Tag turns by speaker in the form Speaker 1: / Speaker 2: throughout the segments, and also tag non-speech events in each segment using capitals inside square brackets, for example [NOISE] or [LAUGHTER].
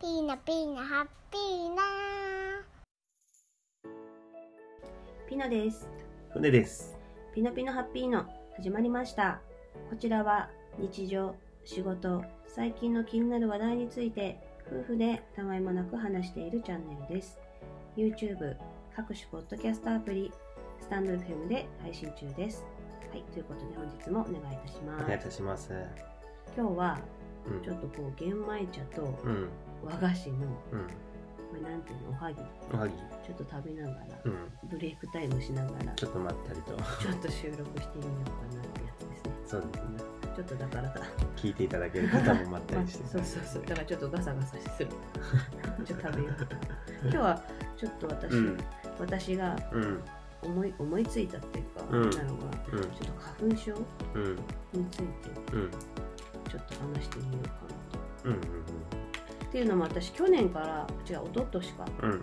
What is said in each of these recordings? Speaker 1: ーナピーナハッピーナ
Speaker 2: ピノです。
Speaker 3: 船です。
Speaker 2: ピノピノハッピーの始まりました。こちらは日常、仕事、最近の気になる話題について夫婦でたわいもなく話しているチャンネルです。YouTube、各種ポッドキャストアプリ、スタンド FM で配信中です。はい、ということで本日もお願いいたしま
Speaker 3: お
Speaker 2: す。
Speaker 3: 願いいたします。
Speaker 2: 今日は
Speaker 3: うん。
Speaker 2: ちょっとこう玄米茶と
Speaker 3: うん。
Speaker 2: 和菓子の、
Speaker 3: うん。
Speaker 2: これなんていうの、おはぎ、
Speaker 3: おはぎ。
Speaker 2: ちょっと食べながら、
Speaker 3: うん。
Speaker 2: ブレイクタイムしながら、
Speaker 3: ちょっとまったりと。 [LAUGHS]
Speaker 2: ちょっと収録してみようかなってやつですね。
Speaker 3: そうですね。
Speaker 2: ちょっとだからさ、
Speaker 3: 聞いていただける方もまったりし
Speaker 2: [LAUGHS]
Speaker 3: て。
Speaker 2: そうそうそう、だからちょっとガサガサ
Speaker 3: [LAUGHS]
Speaker 2: する。ちょっと食べよう。今日はちょっと私、
Speaker 3: うん。
Speaker 2: 私が
Speaker 3: うん。
Speaker 2: 思い思いついたっていうか、
Speaker 3: うん
Speaker 2: なのが、
Speaker 3: うん
Speaker 2: ちょっと花粉症
Speaker 3: うん。
Speaker 2: について
Speaker 3: うん。
Speaker 2: ちょっと話してみようかなと。
Speaker 3: うん。
Speaker 2: っていうのも私去年から違う一昨年か
Speaker 3: うん。うん。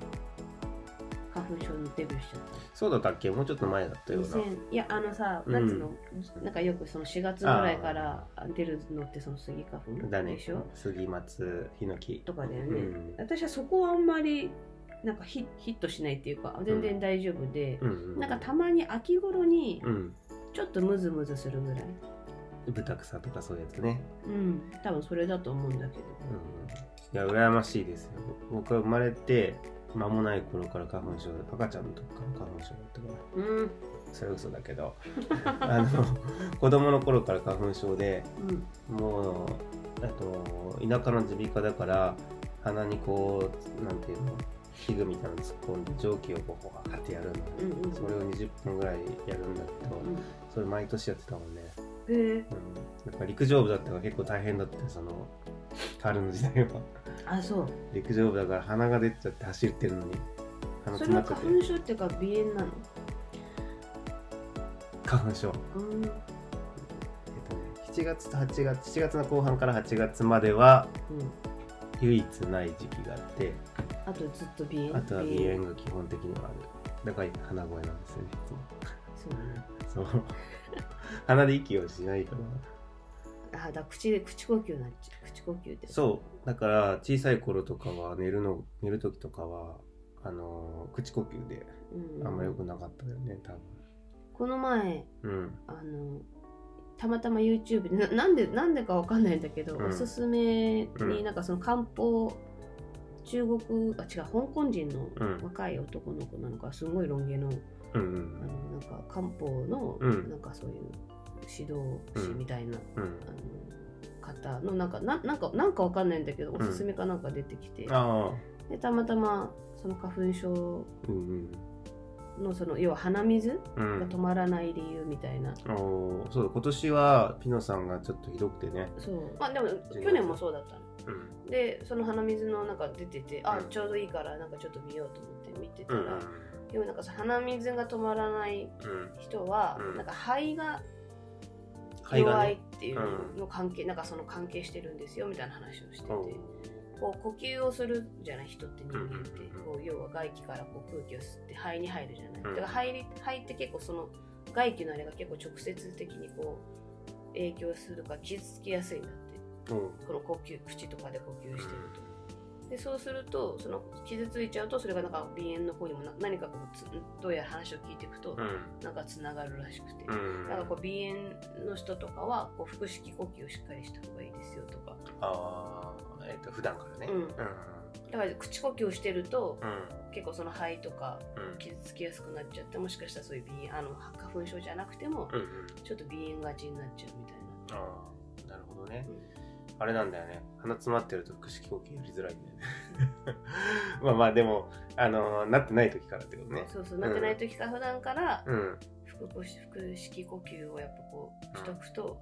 Speaker 2: 花粉症のデビューしちゃった。
Speaker 3: そうだったっけもうちょっと前だったような。
Speaker 2: 2000いやあのさ、
Speaker 3: うん
Speaker 2: なんつうのなんかよくその4月ぐらいから出るのってそのスギ花粉
Speaker 3: だね
Speaker 2: でしょ。
Speaker 3: 杉松、ヒノキ。
Speaker 2: とかだよ
Speaker 3: う
Speaker 2: ね。
Speaker 3: ん。
Speaker 2: 私はそこはあんまりなんかヒヒットしないっていうか全然大丈夫で、
Speaker 3: うん。
Speaker 2: なんかたまに秋頃に
Speaker 3: うん。
Speaker 2: ちょっとムズムズするぐらい、
Speaker 3: 豚草とかそういうやつね。
Speaker 2: うん、多分それだと思うんだけど、
Speaker 3: うん。いや、羨ましいですよ。僕は生まれて、間もない頃から花粉症で、赤ちゃんの時から花粉症だったから。
Speaker 2: うんうん
Speaker 3: それは嘘だけど [LAUGHS] あの子供の頃から花粉症でもうあと田舎の耳鼻科だから鼻にこうなんていうの器具みたいなの突っ込んで蒸気をこうガーってやるんだ
Speaker 2: うんうん
Speaker 3: それを20分ぐらいやるんだけど
Speaker 2: うん
Speaker 3: それ毎年やってたもんね、
Speaker 2: へえ
Speaker 3: うん、なんか陸上部だったから結構大変だったその春の時代は
Speaker 2: あそう
Speaker 3: 陸上部だから鼻が出ちゃって走ってるのに鼻
Speaker 2: そ
Speaker 3: 詰
Speaker 2: れは
Speaker 3: まっちゃって
Speaker 2: 花粉症っていうか鼻炎なの
Speaker 3: 花粉症
Speaker 2: うん
Speaker 3: えっとね、7月と8月7月の後半から8月までは
Speaker 2: うん
Speaker 3: 唯一ない時期があって
Speaker 2: あとずっと鼻炎
Speaker 3: あとは鼻炎が基本的にはあるだから鼻声なんですよねい
Speaker 2: そうだね
Speaker 3: つもそう [LAUGHS] 鼻で息をしないから
Speaker 2: あだから口で口呼吸になっちゃう口呼吸でう
Speaker 3: そうだから小さい頃とかは寝るの寝る時とかはあのー口呼吸で
Speaker 2: うん、
Speaker 3: あんま良くなかったよね多
Speaker 2: この前
Speaker 3: 分
Speaker 2: あのたまたま YouTube でななんでなんでかわかんないんだけど、
Speaker 3: うん
Speaker 2: おすすめ
Speaker 3: う
Speaker 2: に
Speaker 3: ん
Speaker 2: なんかその漢方中国あ違う香港人の
Speaker 3: うん
Speaker 2: 若い男の子なのかすごいロン毛の
Speaker 3: う
Speaker 2: あ
Speaker 3: んう
Speaker 2: の
Speaker 3: ん
Speaker 2: なんか漢方の、
Speaker 3: うん
Speaker 2: なんかそういう指導士みたいな、
Speaker 3: うんうん
Speaker 2: あの方のなんかななんかなんかわかんないんだけどおすすめかなんか出てきて、
Speaker 3: ああ
Speaker 2: でたまたまその花粉症
Speaker 3: うん
Speaker 2: のその要は鼻水
Speaker 3: うんう
Speaker 2: が
Speaker 3: ん
Speaker 2: 止まらない理由みたいな
Speaker 3: おーそうだ今年はピノさんがちょっとひどくてね
Speaker 2: そうまあでも去年もそうだったの
Speaker 3: うん
Speaker 2: でその鼻水のなんか出ててあ
Speaker 3: うん
Speaker 2: ちょうどいいからなんかちょっと見ようと思って見てた
Speaker 3: う
Speaker 2: ら、
Speaker 3: んうん
Speaker 2: でもなんかさ鼻水が止まらない
Speaker 3: うん
Speaker 2: 人は、
Speaker 3: うん
Speaker 2: なんか肺が
Speaker 3: 肺が
Speaker 2: 弱い
Speaker 3: ね
Speaker 2: っていうの関係、なんかその関係してるんですよみたいな話をしてて、
Speaker 3: うん
Speaker 2: こう呼吸をするじゃない人って人間って、
Speaker 3: うんうんうんうん
Speaker 2: こう要は外気からこう空気を吸って肺に入るじゃない、
Speaker 3: うん
Speaker 2: だから肺に肺って結構その外気のあれが結構直接的にこう影響するから傷つきやすいんだって
Speaker 3: うん
Speaker 2: この呼吸口とかで呼吸してると。でそうするとその傷ついちゃうとそれがなんか鼻炎の方にもな何かこうつどうやら話を聞いていくと、
Speaker 3: う
Speaker 2: なんかつながるらしくて、
Speaker 3: んうん
Speaker 2: なんかこう鼻炎の人とかはこう腹式呼吸をしっかりした方がいいですよとか
Speaker 3: ああえっ、と普段からね
Speaker 2: うんだから口呼吸をしてると
Speaker 3: うん
Speaker 2: 結構その肺とか
Speaker 3: うん
Speaker 2: 傷つきやすくなっちゃってもしかしたらそういう鼻炎あの花粉症じゃなくても
Speaker 3: うんうん
Speaker 2: ちょっと鼻炎がちになっちゃうみたいな。
Speaker 3: ああなるほどね
Speaker 2: うん
Speaker 3: あれなんだよね鼻詰まってると腹式呼吸やりづらいんだよね [LAUGHS] まあまあでもあのーなってない時からってことね
Speaker 2: そうそうなってない時から普段から
Speaker 3: うんうん
Speaker 2: 腹呼吸腹式呼吸をやっぱこうしとくと、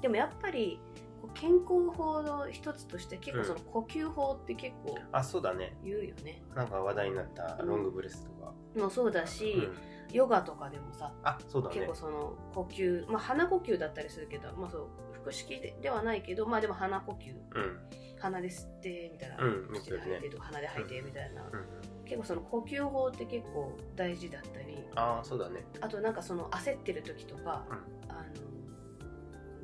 Speaker 2: でもやっぱりこう健康法の一つとして結構その呼吸法って結構
Speaker 3: あそうだね
Speaker 2: 言うよね。
Speaker 3: なんか話題になったロングブレスとか、
Speaker 2: もうそうだ
Speaker 3: う
Speaker 2: し、
Speaker 3: ん、
Speaker 2: ヨガとかでもさ、
Speaker 3: あそうだね
Speaker 2: 結構その呼吸、まあ、鼻呼吸だったりするけど、まあ、そう腹式でではないけど、まあ、でも鼻呼吸
Speaker 3: うん
Speaker 2: 鼻で吸ってみたいな、
Speaker 3: うん
Speaker 2: 口で吐いてとか鼻で吐いてみたいな、
Speaker 3: うん
Speaker 2: 結構その呼吸法って結構大事だったり
Speaker 3: ああそうだね
Speaker 2: あとなんかその焦ってる時とか、
Speaker 3: うん
Speaker 2: あの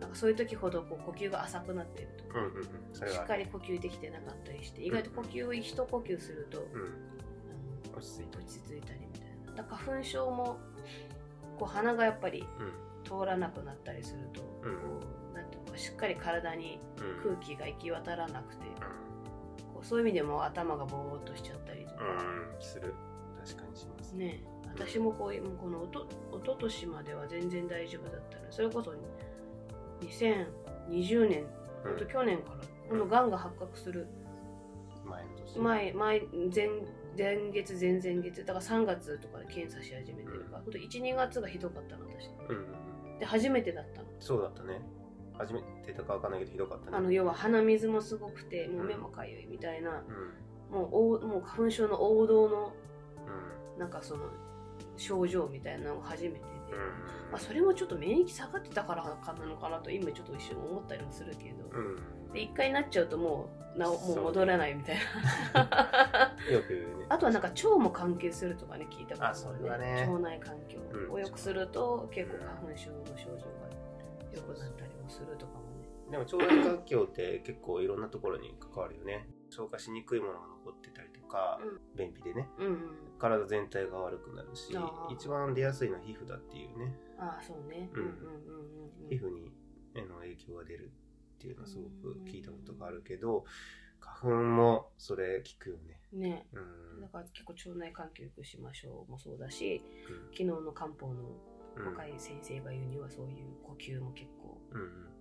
Speaker 2: なんかそういう時ほどこう呼吸が浅くなっていると
Speaker 3: うんうんうんそれ
Speaker 2: し
Speaker 3: は
Speaker 2: っかり呼吸できてなかったりして意外と呼吸を一呼吸すると、
Speaker 3: うん
Speaker 2: あの
Speaker 3: 落ち着いて
Speaker 2: 落ち着いたりみたいなだから花粉症もこう鼻がやっぱり
Speaker 3: うん
Speaker 2: 通らなくなったりすると、
Speaker 3: うん
Speaker 2: こうなんていうのかしっかり体に
Speaker 3: う
Speaker 2: 空
Speaker 3: ん
Speaker 2: 気が行き渡らなくて
Speaker 3: う
Speaker 2: こうそういう意味でも頭がぼーっとしちゃったりとか、
Speaker 3: んうんする確かにします
Speaker 2: ね私もこうもうこのおとおととしまでは全然大丈夫だったのにそれこそ2020年、
Speaker 3: う
Speaker 2: ほんと
Speaker 3: ん
Speaker 2: 去年からこのがんが発覚する
Speaker 3: 前の年
Speaker 2: 前前前前月前々月だから3月とかで検査し始めてるから、ほんと12月がひどかったの私
Speaker 3: うんうんうん
Speaker 2: で初めてだったの
Speaker 3: そうだったね初めてたかわかんないけどひどかったね
Speaker 2: あの要は鼻水もすごくてもう
Speaker 3: うん
Speaker 2: 目もかゆいみたいな、
Speaker 3: うん
Speaker 2: もうおもう花粉症の王道の
Speaker 3: うん
Speaker 2: なんかその症状みたいなのを初めてで、
Speaker 3: うん
Speaker 2: まあ、それもちょっと免疫下がってたからかなのかなと今ちょっと一瞬思ったりもするけど、
Speaker 3: うん
Speaker 2: で一回なっちゃうともうなおもう戻らないみたいな
Speaker 3: よくね
Speaker 2: あとはなんか腸も関係するとかね聞いたこと
Speaker 3: あそれはね
Speaker 2: 腸内環境
Speaker 3: うん
Speaker 2: を良くすると結構花粉症の症状が良くなったりもするとかもね
Speaker 3: でも腸内環境って結構いろんなところに関わるよね消化しにくいものが残ってたりとか、便秘でね
Speaker 2: うん、うん、
Speaker 3: 体全体が悪くなるし
Speaker 2: あー
Speaker 3: 一番出やすいのは皮膚だっていうね
Speaker 2: ああそうね
Speaker 3: うん
Speaker 2: うんうんうんうん
Speaker 3: 皮膚にへの影響が出るっていうのはすごく聞いたことがあるけど花粉もそれ聞くよね
Speaker 2: ね
Speaker 3: うん
Speaker 2: だから結構腸内環境良くしましょうもそうだし
Speaker 3: うん
Speaker 2: 昨日の漢方の
Speaker 3: うん
Speaker 2: 若い先生が言うにはそういう呼吸も結構
Speaker 3: うん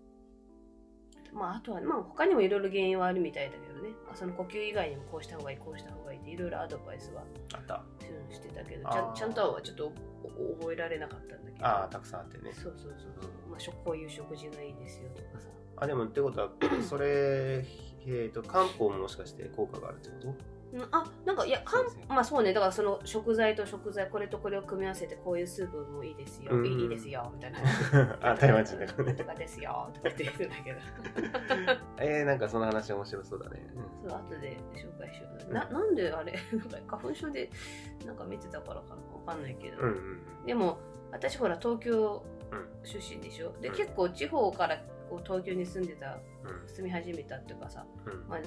Speaker 2: まあ、あとは、まあ、他にもいろいろ原因はあるみたいだけどね、まあその呼吸以外にもこうした方がいいこうした方がいいっていろいろアドバイスは
Speaker 3: あった
Speaker 2: うんしてたけど
Speaker 3: あ
Speaker 2: ち
Speaker 3: ー
Speaker 2: ゃんちゃんとはちょっとお覚えられなかったんだけど
Speaker 3: ああたくさんあってね
Speaker 2: そうそうそうそう、まあ、食こういう食事がいいですよとかさ
Speaker 3: あでもって [COUGHS] ことはそれえー、と漢方ももしかして効果があるってこと
Speaker 2: うんあなんかいやかん
Speaker 3: そうですね
Speaker 2: まあそうねだからその食材と食材これとこれを組み合わせてこういうスープもいいですよ、
Speaker 3: うん
Speaker 2: いいいいですよみたいな
Speaker 3: [LAUGHS] [LAUGHS] あ台湾人だからね
Speaker 2: とかですよとかって言ってたけど
Speaker 3: [LAUGHS] えー、なんかその話面白そうだね、うん
Speaker 2: そう後で紹介しようなななんであれ [LAUGHS] なんか花粉症でなんか見てたからかなわかんないけど、
Speaker 3: うんうん
Speaker 2: でも私ほら東京
Speaker 3: うん
Speaker 2: 出身でしょ、で
Speaker 3: うん
Speaker 2: 結構地方からこう東京に住んでた
Speaker 3: うん
Speaker 2: 住み始めたっていうかさ、
Speaker 3: うん
Speaker 2: まあ、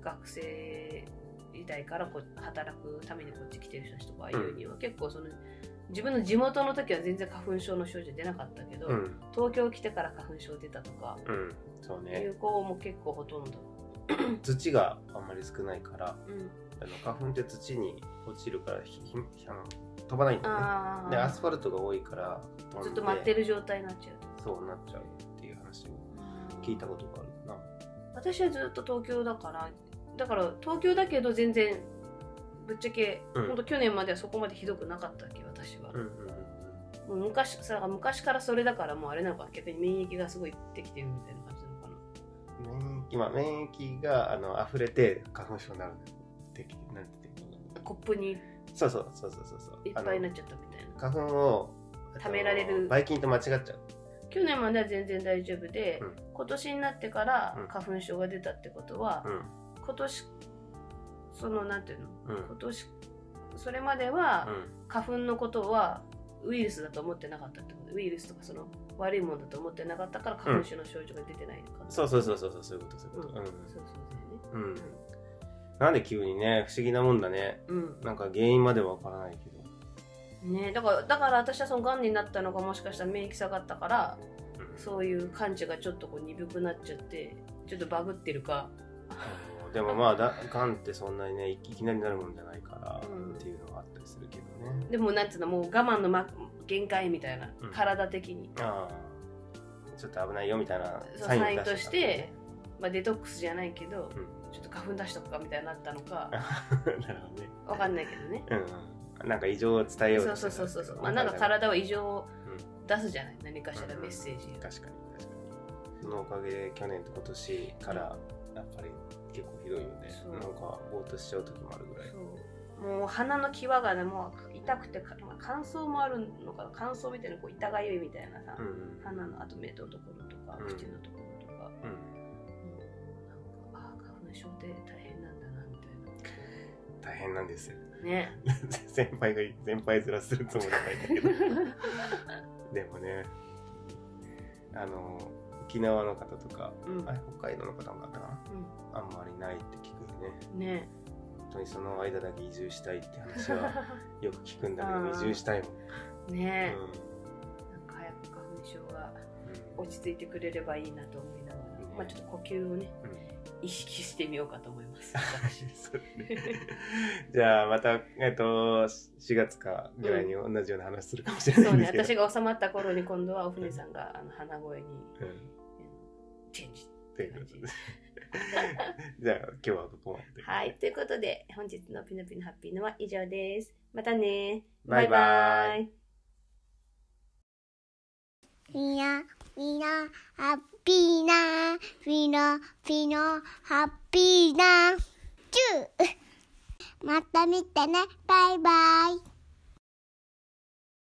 Speaker 2: 学生時代からこう働くためにこっち来てる人たちとかいうには、結構その自分の地元の時は全然花粉症の症状出なかったけど、
Speaker 3: うん
Speaker 2: 東京来てから花粉症出たとか
Speaker 3: うんそう
Speaker 2: い
Speaker 3: ね
Speaker 2: う子も結構ほとんど、
Speaker 3: 土があんまり少ないから
Speaker 2: うん、
Speaker 3: あの花粉って土に落ちるからひひあの飛ばないんだよね
Speaker 2: あ
Speaker 3: でアスファルトが多いから飛んで
Speaker 2: ずっと待ってる状態になっちゃう
Speaker 3: そうなっちゃうっていう話を聞いたことがあ
Speaker 2: 私はずっと東京だからだから東京だけど全然ぶっちゃけ、
Speaker 3: うん
Speaker 2: ほんと去年まではそこまでひどくなかったっけ私は
Speaker 3: るな、うんうんうん
Speaker 2: もう昔さ昔からそれだからもうあれなのかな逆に免疫がすごいできてるみたいな感じなのかな
Speaker 3: 免疫まあ免疫があの溢れて花粉症になるってなんて言ってんの
Speaker 2: コップに
Speaker 3: そうそうそうそうそうそう
Speaker 2: いっぱいにな
Speaker 3: あ
Speaker 2: っちゃったみたい
Speaker 3: の
Speaker 2: な
Speaker 3: 花粉をあと
Speaker 2: ためられる
Speaker 3: ばい菌と間違っちゃう
Speaker 2: 去年までは全然大丈夫で、
Speaker 3: うん
Speaker 2: 今年になってか
Speaker 3: う
Speaker 2: ら
Speaker 3: ん
Speaker 2: 花粉症が出たってことは、
Speaker 3: うん
Speaker 2: 今年そのなんていうの
Speaker 3: うん
Speaker 2: 今年それまでは、
Speaker 3: うん
Speaker 2: 花粉のことはウイルスだと思ってなかったってことウイルスとかその悪いものだと思ってなかったから花粉症の症状が出てないのかな、
Speaker 3: そうそうそうそうそうそういうことそういう
Speaker 2: うん、
Speaker 3: こ
Speaker 2: そう
Speaker 3: と
Speaker 2: そう
Speaker 3: うん
Speaker 2: だ
Speaker 3: うん、なんで急にね不思議なもんだね
Speaker 2: よね
Speaker 3: なんか原因まではわからないけど
Speaker 2: うんねだからだから私はそのがんになったのがもしかしたら免疫下がったから
Speaker 3: うん
Speaker 2: そういう感知がちょっとこう鈍くなっちゃってちょっとバグってるか
Speaker 3: あのでもまあだがんってそんなにねいきいきなりなるもんじゃないから
Speaker 2: うん
Speaker 3: っていうのがあったりするけどね、
Speaker 2: でもなんていうのもう我慢の、ま、限界みたいな、
Speaker 3: うん
Speaker 2: 体的に、
Speaker 3: ああちょっと危ないよみたいな
Speaker 2: そう
Speaker 3: サインを
Speaker 2: サイン
Speaker 3: 出
Speaker 2: と
Speaker 3: し
Speaker 2: してて、まあ、デトックスじゃないけど
Speaker 3: た、
Speaker 2: ちょっと花粉出しとくかみたいになったのか
Speaker 3: うん、 [LAUGHS] なるほどね
Speaker 2: わかんないけどね
Speaker 3: うんなんか異常を伝えよう
Speaker 2: そう
Speaker 3: として
Speaker 2: そう
Speaker 3: た
Speaker 2: そうそうそうまあなんか体は異常を
Speaker 3: ん
Speaker 2: 出すじゃない、何かしらメッセージを、
Speaker 3: 確かに確かにそのおかげで去年と今年からやっぱり結構ひどいよね
Speaker 2: そう
Speaker 3: なんかぼーっとしちゃう時もあるぐらい
Speaker 2: そうもう鼻の際がねもう痛くてか、まあ、乾燥もあるのかな乾燥みたいなこう痛がゆいみたいなさ、
Speaker 3: うん
Speaker 2: 鼻のあと目のところとか
Speaker 3: うん
Speaker 2: 口のところとか、
Speaker 3: うん
Speaker 2: もうなんかああ花粉症って大変なんだなみたい
Speaker 3: 大変なんですよ [LAUGHS]
Speaker 2: なね
Speaker 3: 先輩が
Speaker 2: [LAUGHS]
Speaker 3: 先輩面するつもりはないんだけどでもねあの沖縄の方とか、
Speaker 2: うん
Speaker 3: あれ北海道の方もだったかな
Speaker 2: う
Speaker 3: あんまりないって聞くよね
Speaker 2: んね
Speaker 3: 本当にその間だけ移住したいって話はよく聞くんだけ
Speaker 2: あ
Speaker 3: ど
Speaker 2: ー
Speaker 3: 移住したいもん、う
Speaker 2: [LAUGHS]
Speaker 3: ん
Speaker 2: ねなんか早く花粉症が
Speaker 3: うん
Speaker 2: 落ち着いてくれればいいなと思いながら、
Speaker 3: ね
Speaker 2: まあちょっと呼吸をね
Speaker 3: うん
Speaker 2: 意識してみようかと思い
Speaker 3: [LAUGHS]
Speaker 2: ます。
Speaker 3: そうねじゃあまた、えっと、4月かぐらいに同じような話するかもしれ
Speaker 2: そ
Speaker 3: ない
Speaker 2: うん
Speaker 3: で
Speaker 2: ね
Speaker 3: す、けど、
Speaker 2: 私が収まった頃に今度はお船さんがあの鼻声に
Speaker 3: うん
Speaker 2: チェンジ。
Speaker 3: ということでじゃあ今日はここまで
Speaker 2: はい、ということで本日のピノピノハッピーのは以上です。またね。
Speaker 3: バイバイ
Speaker 2: イイ
Speaker 1: みんな、みんな、ハッピーな、みんな、みんな、ハッ [LAUGHS] ピーな、チューまた見てね、バイバイ。